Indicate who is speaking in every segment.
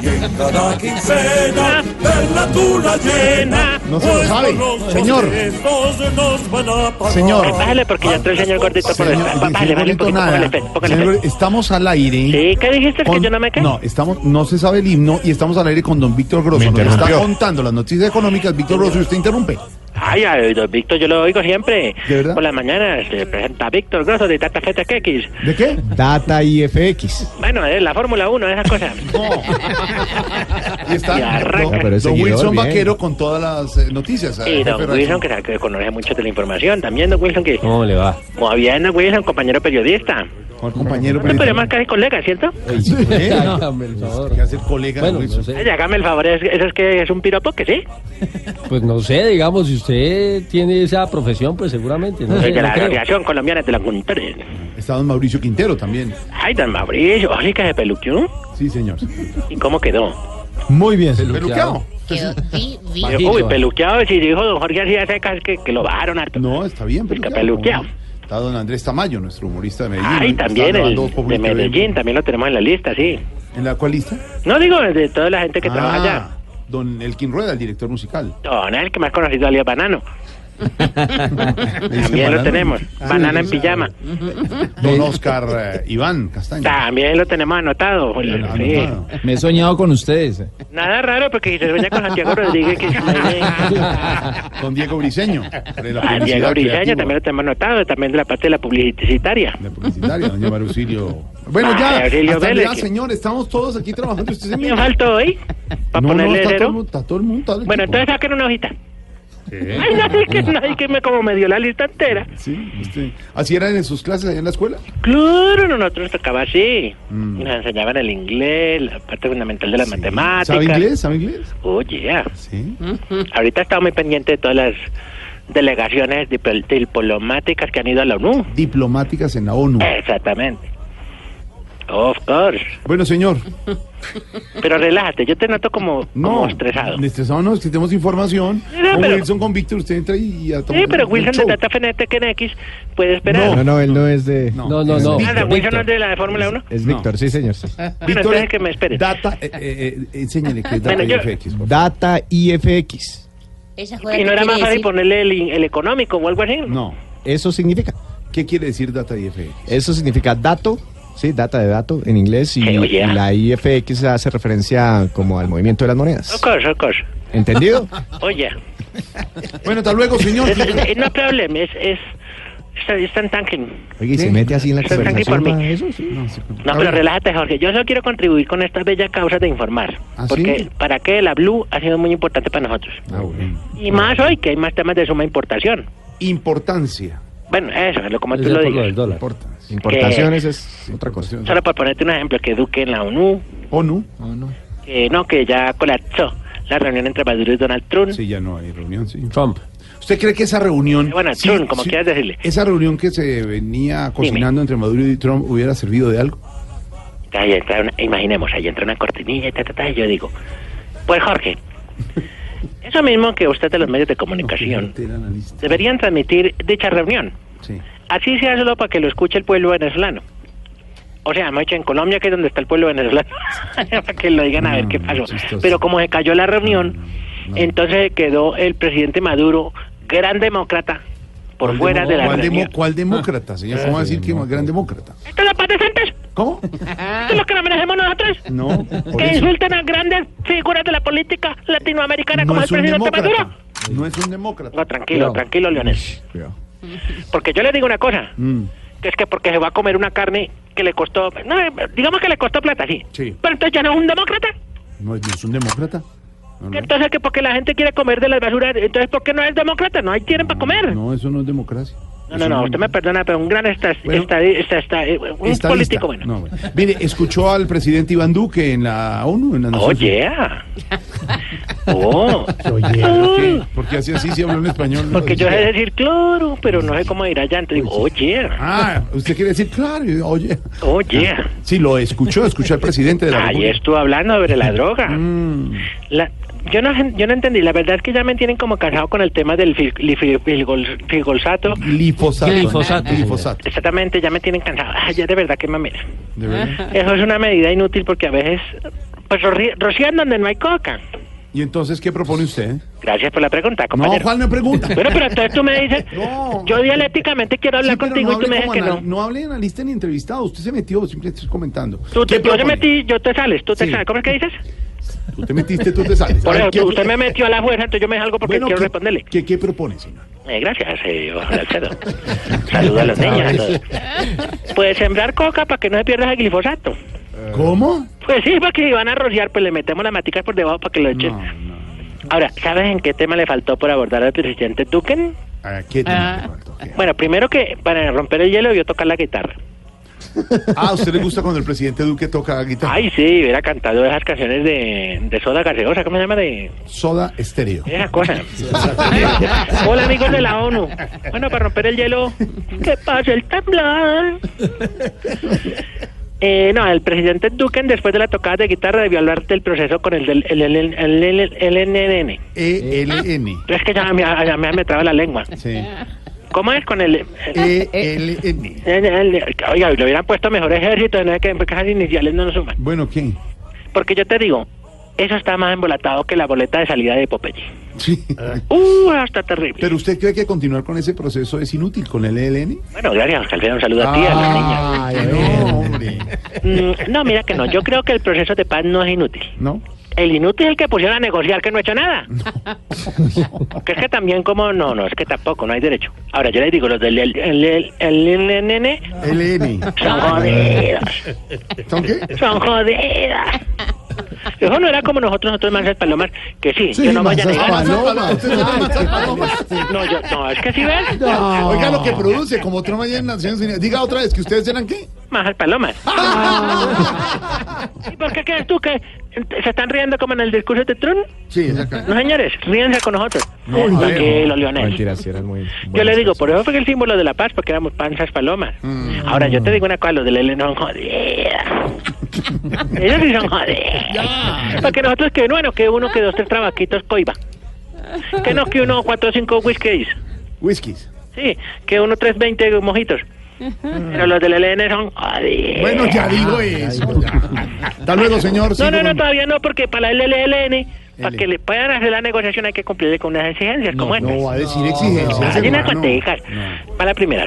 Speaker 1: Y en cada quincena ver la tula llena.
Speaker 2: No se lo
Speaker 1: pues
Speaker 2: sabe.
Speaker 1: con los
Speaker 2: Señor.
Speaker 1: boletos nos van a pagar.
Speaker 2: Señor.
Speaker 3: Bájale porque ya entró el señor gordito por el...
Speaker 2: Oh. señor,
Speaker 3: Bájale, bájale un
Speaker 2: bonito
Speaker 3: poquito,
Speaker 2: nada.
Speaker 3: póngale fe, póngale
Speaker 2: Señor,
Speaker 3: fe.
Speaker 2: estamos al aire.
Speaker 3: Sí, ¿qué dijiste? ¿Es que
Speaker 2: con-
Speaker 3: yo no me quedé?
Speaker 2: No, estamos, no se sabe el himno y estamos al aire con don Víctor Grosso. Nos está contando las noticias económicas, Víctor Grosso, y usted interrumpe.
Speaker 3: Ay, ay, don Víctor, yo lo oigo siempre.
Speaker 2: ¿De verdad?
Speaker 3: Por las mañanas se presenta Víctor Grosso de Tata FTX.
Speaker 2: ¿De qué? Data IFX.
Speaker 3: Bueno, es la Fórmula 1, esas cosas.
Speaker 2: Y está
Speaker 3: Y arranca.
Speaker 2: don-
Speaker 3: Pero
Speaker 2: don Wilson Vaquero con todas las eh, noticias.
Speaker 3: Y
Speaker 2: eh,
Speaker 3: don
Speaker 2: jefe
Speaker 3: Wilson,
Speaker 2: Racho.
Speaker 3: que, que conoce mucho de la información. También don Wilson, que...
Speaker 4: ¿Cómo le va?
Speaker 3: Como bien, don Wilson, compañero periodista.
Speaker 2: Compañero,
Speaker 3: No, pero
Speaker 2: periodista.
Speaker 3: más casi colega, ¿cierto?
Speaker 2: Sí, eh,
Speaker 4: No, hombre, el favor.
Speaker 2: ¿Qué hace el colega
Speaker 4: Bueno,
Speaker 2: Wilson?
Speaker 4: no sé.
Speaker 3: Ay, hágame el favor, es- eso es que es un piropo, que sí.
Speaker 4: Pues no sé, digamos, si usted tiene esa profesión, pues seguramente. No sé,
Speaker 3: Desde la
Speaker 4: no creo.
Speaker 3: Asociación Colombiana de los Conductores.
Speaker 2: Está don Mauricio Quintero también.
Speaker 3: Ay, don Mauricio, así que se peluqueó.
Speaker 2: Sí, señor.
Speaker 3: ¿Y cómo quedó?
Speaker 4: Muy bien,
Speaker 2: ¿Peluqueado? Pues
Speaker 5: Quedó divino.
Speaker 4: Bajito,
Speaker 3: Uy,
Speaker 4: eh.
Speaker 3: peluqueado, si dijo don Jorge Arcía Secas que, que lo bajaron harto.
Speaker 2: No, está bien,
Speaker 3: Está
Speaker 2: peluqueado.
Speaker 3: peluqueado.
Speaker 2: Está don Andrés Tamayo, nuestro humorista de Medellín.
Speaker 3: Ay,
Speaker 2: Está
Speaker 3: también el
Speaker 2: grabando
Speaker 3: de
Speaker 2: Public TV.
Speaker 3: Medellín, también lo tenemos en la lista, sí.
Speaker 2: ¿En la cual lista?
Speaker 3: No digo de toda la gente que
Speaker 2: Ah,
Speaker 3: trabaja allá.
Speaker 2: Don Elkin Rueda, el director musical.
Speaker 3: Don, el que más conocido alias Banano.
Speaker 2: Le dicen
Speaker 3: También lo
Speaker 2: banana.
Speaker 3: tenemos.
Speaker 2: Ah,
Speaker 3: Banana en
Speaker 2: sí.
Speaker 3: pijama.
Speaker 2: Don Oscar eh, Iván Castaño. Ah,
Speaker 3: También lo tenemos anotado. Ah, Sí.
Speaker 2: Anotado.
Speaker 4: Me he soñado con ustedes.
Speaker 3: Nada raro porque si se sueña con Santiago Rodríguez. Que
Speaker 2: Don Diego Briseño. de la
Speaker 3: Ah, Diego
Speaker 2: publicidad
Speaker 3: Briseño
Speaker 2: creativa.
Speaker 3: también lo tenemos anotado, también de la parte de la publicitaria.
Speaker 2: La publicitaria, doña Marusilio. Bueno, ya.
Speaker 3: Ah, Auxilio
Speaker 2: hasta
Speaker 3: Vélez,
Speaker 2: ya,
Speaker 3: que-
Speaker 2: señor, estamos todos aquí trabajando. Usted se
Speaker 3: ¿Me
Speaker 2: mira.
Speaker 3: faltó hoy?
Speaker 2: No,
Speaker 3: ¿Para
Speaker 2: no,
Speaker 3: ponerle
Speaker 2: está todo, el
Speaker 3: cero?
Speaker 2: mundo- está todo el mundo. está el
Speaker 3: Bueno,
Speaker 2: equipo.
Speaker 3: entonces saquen una hojita. Ay, no, sí que, no, sí que me, como me dio la lista entera.
Speaker 2: Sí, usted- ¿Así eran en sus clases allá en la escuela?
Speaker 3: Claro, no, nosotros tocaba así.
Speaker 2: Mm.
Speaker 3: Nos enseñaban el inglés, la parte fundamental de la matemática.
Speaker 2: ¿Sabe inglés? ¿Sabe inglés?
Speaker 3: Oye,
Speaker 2: Sí.
Speaker 3: ahorita he estado muy pendiente de todas las delegaciones dipl- diplomáticas que han ido a la ONU.
Speaker 2: Diplomáticas en la ONU.
Speaker 3: Eh. Exactamente. Of course.
Speaker 2: Bueno, señor.
Speaker 3: Pero relájate, yo te noto como, como estresado.
Speaker 2: Estresado no, es que tenemos información.
Speaker 3: No,
Speaker 2: Con
Speaker 3: pero-
Speaker 2: Wilson con Víctor, usted entra y ya toma
Speaker 3: Sí, pero
Speaker 2: el
Speaker 3: Wilson de
Speaker 2: show.
Speaker 3: Tata Fenete que en X puede esperar.
Speaker 2: No,
Speaker 4: él no es de. No, no,
Speaker 2: es
Speaker 4: no.
Speaker 3: Nada, Wilson no es de la Fórmula 1.
Speaker 4: Es
Speaker 2: Víctor,
Speaker 4: sí, señor.
Speaker 3: Bueno,
Speaker 2: Víctor,
Speaker 3: entonces que me espere.
Speaker 2: Data, eh, eh, eh, enséñele que es Data
Speaker 3: Bueno, yo-
Speaker 2: IFX. por favor.
Speaker 4: Data IFX.
Speaker 5: Esa joda
Speaker 3: Y no
Speaker 5: que
Speaker 3: era más
Speaker 5: quiere
Speaker 3: fácil
Speaker 5: decir-
Speaker 3: ponerle el, in- el económico o algo así.
Speaker 2: No.
Speaker 4: Eso significa.
Speaker 2: ¿Qué quiere decir Data IFX?
Speaker 4: Eso significa dato. Sí, data de dato en inglés y,
Speaker 3: Sí, oye.
Speaker 4: y la IFX hace referencia como al movimiento de las monedas.
Speaker 3: Of course, of course.
Speaker 4: ¿Entendido?
Speaker 3: Oye,
Speaker 2: Bueno, hasta luego, señor.
Speaker 3: es- es- no problem, es. es es- están tanking.
Speaker 4: Oye, y se mete así en la
Speaker 3: Están aquí
Speaker 4: conversación.
Speaker 3: por mí.
Speaker 4: para eso, sí.
Speaker 3: No, pero relájate, Jorge. Yo solo quiero contribuir con esta bella causa de informar.
Speaker 2: ¿Ah, sí?
Speaker 3: porque para qué la Blue ha sido muy importante para nosotros.
Speaker 2: Ah, bueno.
Speaker 3: Y más hoy, que hay más temas de suma importación.
Speaker 2: Importancia.
Speaker 3: Bueno, eso, es lo como tú
Speaker 4: Ese
Speaker 3: lo
Speaker 4: por lo
Speaker 3: digas.
Speaker 4: del dólar.
Speaker 2: Importancia.
Speaker 4: Importaciones es otra cosa.
Speaker 3: Solo por ponerte un ejemplo, que Duque en la ONU,
Speaker 2: ONU.
Speaker 3: que no, que ya colapsó la reunión entre Maduro y Donald Trump.
Speaker 2: Sí, ya no hay reunión, sí.
Speaker 4: Trump.
Speaker 2: ¿Usted cree que esa reunión...
Speaker 3: Bueno, Trump, como quieras decirle.
Speaker 2: Esa reunión que se venía cocinando entre Maduro y Trump hubiera servido de algo?
Speaker 3: Ahí entra una- imaginemos, ahí entra una cortinilla y ta, ta, ta, y yo digo, pues Jorge, eso mismo que usted de los medios de comunicación
Speaker 2: Era analista.
Speaker 3: deberían transmitir dicha reunión.
Speaker 2: Sí.
Speaker 3: Así sea solo para que lo escuche el pueblo venezolano. O sea, me en Colombia, que es donde está el pueblo venezolano, para que lo digan a ver qué pasó.
Speaker 2: Mm, chistoso.
Speaker 3: Pero como se cayó la reunión, entonces quedó el presidente Maduro, gran demócrata, por
Speaker 2: ¿Cuál
Speaker 3: fuera
Speaker 2: demo-
Speaker 3: de la
Speaker 2: ¿cuál, demo-
Speaker 3: reunión.
Speaker 2: ¿Cuál demócrata, señor? ¿Cómo va a decir que es un gran demócrata?
Speaker 3: ¿Esto es lo antes?
Speaker 2: ¿Cómo?
Speaker 3: ¿Esto es lo que nos merecemos nosotros?
Speaker 2: No, por
Speaker 3: que
Speaker 2: eso.
Speaker 3: insulten a grandes figuras de la política latinoamericana
Speaker 2: No
Speaker 3: como el
Speaker 2: es un
Speaker 3: presidente Maduro.
Speaker 2: demócrata. No es un demócrata.
Speaker 3: No, tranquilo, tranquilo, Leonel. Porque yo le digo una cosa.
Speaker 2: Mm.
Speaker 3: que es que porque se va a comer una carne que le costó, no, eh, digamos que le costó plata, sí.
Speaker 2: Sí.
Speaker 3: Pero entonces ya no es un demócrata.
Speaker 2: No, es- no es un demócrata. No, no.
Speaker 3: Entonces que porque la gente quiere comer de las basuras, entonces ¿por qué no es demócrata? No hay tienen para comer.
Speaker 2: No, eso no es democracia.
Speaker 3: No, no, no, usted me perdona, pero un gran esta,
Speaker 2: Bueno.
Speaker 3: esta- esta- esta- eh, un
Speaker 2: Estadista.
Speaker 3: político bueno.
Speaker 2: No, bueno. Mire, escuchó al presidente Iván Duque en la ONU. En la
Speaker 3: Oh,
Speaker 2: Naciones Unidas.
Speaker 3: yeah. Oh,
Speaker 2: ¿Qué? ¿Por qué hace así si habla en español?
Speaker 3: porque yo sé
Speaker 2: Oye.
Speaker 3: decir cloro, pero no sé cómo dirá allá. Entonces digo, oh, yeah.
Speaker 2: Ah, usted quiere decir, claro, y- oye.
Speaker 3: Oh, yeah. Ah,
Speaker 2: Sí, lo escuchó, escuchó al presidente de Ah, la
Speaker 3: Ayer
Speaker 2: República.
Speaker 3: estuvo hablando sobre la droga.
Speaker 2: Mm,
Speaker 3: La- yo, no, gen- yo no entendí. La verdad es que ya me tienen como cansado con el tema del fil- li- fil- filgol- filgolsato.
Speaker 2: glifosato.
Speaker 4: Glifosato.
Speaker 2: Glifosato,
Speaker 3: Exactamente, ya me tienen cansado. Ah, ya de verdad que mamera.
Speaker 2: de verdad.
Speaker 3: Eso es una medida inútil porque a veces pues ro- rocían donde no hay coca.
Speaker 2: ¿Y entonces qué propone usted?
Speaker 3: Gracias por la pregunta,
Speaker 2: No,
Speaker 3: compañero.
Speaker 2: Juan, no pregunta.
Speaker 3: Bueno, pero entonces tú me dices,
Speaker 2: No.
Speaker 3: yo dialécticamente quiero
Speaker 2: Sí,
Speaker 3: hablar
Speaker 2: pero
Speaker 3: contigo y tú
Speaker 2: hable
Speaker 3: me dices
Speaker 2: como
Speaker 3: que no.
Speaker 2: anal- No hable de analista ni entrevistado. Usted se metió, siempre estoy comentando.
Speaker 3: Tú te,
Speaker 2: ¿Qué
Speaker 3: yo te
Speaker 2: propone?
Speaker 3: metí, yo te sales, tú te
Speaker 2: Sí.
Speaker 3: sales. ¿Cómo es que dices?
Speaker 2: Tú te metiste, tú te sales.
Speaker 3: Por
Speaker 2: A ver,
Speaker 3: eso,
Speaker 2: ¿qué-
Speaker 3: tú- usted me metió a la fuerza, entonces yo me salgo porque
Speaker 2: Bueno,
Speaker 3: quiero
Speaker 2: ¿qué-
Speaker 3: responderle.
Speaker 2: ¿Qué, qué propone, señor?
Speaker 3: Eh, gracias, eh, ojo, Alfredo. Saludo a los niños. a todos. Pues sembrar coca para que no se pierda el glifosato.
Speaker 2: ¿Cómo?
Speaker 3: Pues sí, porque si van a rociar, pues le metemos las maticas por debajo para que lo echen. Ahora, ¿sabes en qué tema le faltó por abordar al presidente Duque?
Speaker 2: ¿A Ah, qué tema te faltó? ¿Qué?
Speaker 3: Bueno, primero que para romper el hielo yo tocar la guitarra.
Speaker 2: Ah, ¿a usted le gusta cuando el presidente Duque toca guitarra?
Speaker 3: Ay, sí, hubiera cantado esas canciones de, de soda gaseosa, ¿cómo se llama? De
Speaker 2: Soda estéreo.
Speaker 3: esa cosa. Hola, amigos de la ONU. Bueno, para romper el hielo, que pase el temblor. Eh, no, el presidente Duque, después de la tocada de guitarra, debió hablar del proceso con el del el, el, el, el, el- el- el- NNN.
Speaker 2: E-L-N.
Speaker 3: Pero Es que ya me, ya me, me traba la lengua.
Speaker 2: E Sí. E
Speaker 3: ¿Cómo es con el... el-
Speaker 2: E-L-N.
Speaker 3: el- el- oiga, le hubieran puesto mejor ejército, no es que esas iniciales no nos suman.
Speaker 2: Bueno, ¿qué?
Speaker 3: Porque yo te digo, eso está más embolatado que la boleta de salida de Popeye.
Speaker 2: Sí.
Speaker 3: ¡Uh! Está terrible.
Speaker 2: Pero usted cree que continuar con ese proceso es inútil con el E ELN?
Speaker 3: Bueno, gracias, Alfredo. Un saludo a ti, a
Speaker 4: Ah.
Speaker 3: la niña.
Speaker 2: Ay, no, hombre.
Speaker 3: Mm, no, mira que no. Yo creo que el proceso de paz no es inútil.
Speaker 2: ¿No?
Speaker 3: El inútil es el que pusieron a negociar que no ha hecho nada. que es que también como... No, no, es que tampoco, no hay derecho. Ahora, yo les digo, los del el, el, el, el- el- el- el-
Speaker 2: ELN.
Speaker 3: son jodidos.
Speaker 2: E. ¿Son qué?
Speaker 3: Son jodidas. Eso no era como nosotros, nosotros manzas palomas, que sí,
Speaker 2: Sí,
Speaker 3: que Ah, no vaya a
Speaker 2: manzas
Speaker 3: negar.
Speaker 2: palomas. Usted no tiene manzas palomas.
Speaker 3: No, yo, no, es que sí ves,
Speaker 2: Oiga lo que produce, como Trump allá en Naciones Unidas. Diga otra vez que ustedes eran qué.
Speaker 3: manzas palomas.
Speaker 2: Ah.
Speaker 3: ¿Y por qué crees tú que se están riendo como en el discurso de Trump?
Speaker 2: Sí, es acá.
Speaker 3: No, señores, ríense con nosotros.
Speaker 2: No, a ver.
Speaker 3: Tranquilo, Leonel. Yo le digo, por eso fue que el símbolo de la paz, porque éramos panzas palomas.
Speaker 2: Mm.
Speaker 3: Ahora, yo te digo una cosa, los del L son jodidas. Ellos sí son jodidas. Porque nosotros que, bueno, que uno, que dos, tres trabaquitos coiba. Que no, que uno, cuatro, cinco whiskies.
Speaker 2: Whiskies.
Speaker 3: Sí, que uno, tres, veinte mojitos. Pero los del LN son jodidas.
Speaker 2: Bueno, ya digo eso. Hasta luego, señor.
Speaker 3: Eh. No,
Speaker 2: Sigo
Speaker 3: no, no,
Speaker 2: con-
Speaker 3: todavía no, porque para el LLN, para
Speaker 2: L.
Speaker 3: que le puedan hacer la negociación hay que cumplirle con unas exigencias como estas.
Speaker 2: No, va a decir exigencias.
Speaker 3: Pues Hay unas
Speaker 2: Ah, hermano.
Speaker 3: cuanticas. Para la primera.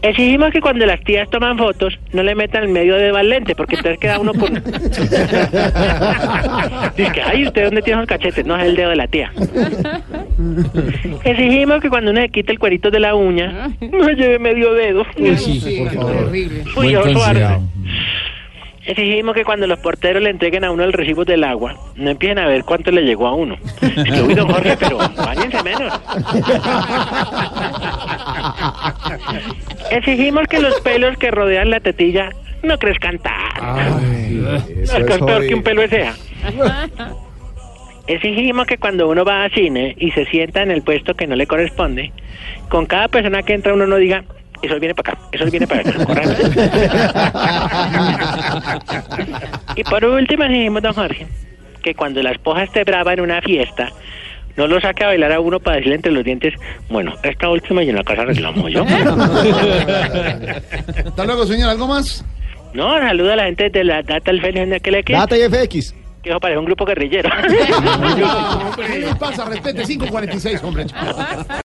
Speaker 3: Exigimos que cuando las tías toman fotos no le metan el medio de valente, porque entonces queda uno con. Dice que, ay, ¿usted dónde tiene los cachetes? No, es el dedo de la tía. Exigimos que cuando uno se quite el cuerito de la uña, no lleve medio dedo. Uy, eso arde. Exigimos que cuando los porteros le entreguen a uno el recibo del agua, no empiecen a ver cuánto le llegó a uno. Es que, uy, don Jorge, pero váyanse menos. Exigimos que los pelos que rodean la tetilla no crezcan tanto.
Speaker 4: Ah,
Speaker 3: No, es que es peor que un pelo de ceja. Exigimos que cuando uno va a cine y se sienta en el puesto que no le corresponde, con cada persona que entra uno no diga, eso viene para acá, eso viene para acá. corran". y por último exigimos, don Jorge, que cuando la esposa esté brava en una fiesta, no lo saque a bailar a uno para decirle entre los dientes, bueno, esta última y en la casa reclamo yo.
Speaker 2: Hasta luego, señor. ¿Algo más?
Speaker 3: no, saluda a la gente de la Data El Feliz, ¿no? ¿Qué le queda?
Speaker 6: y FX.
Speaker 3: Que eso parece un grupo guerrillero.
Speaker 2: ¿Qué le pasa? Respete 546, hombre.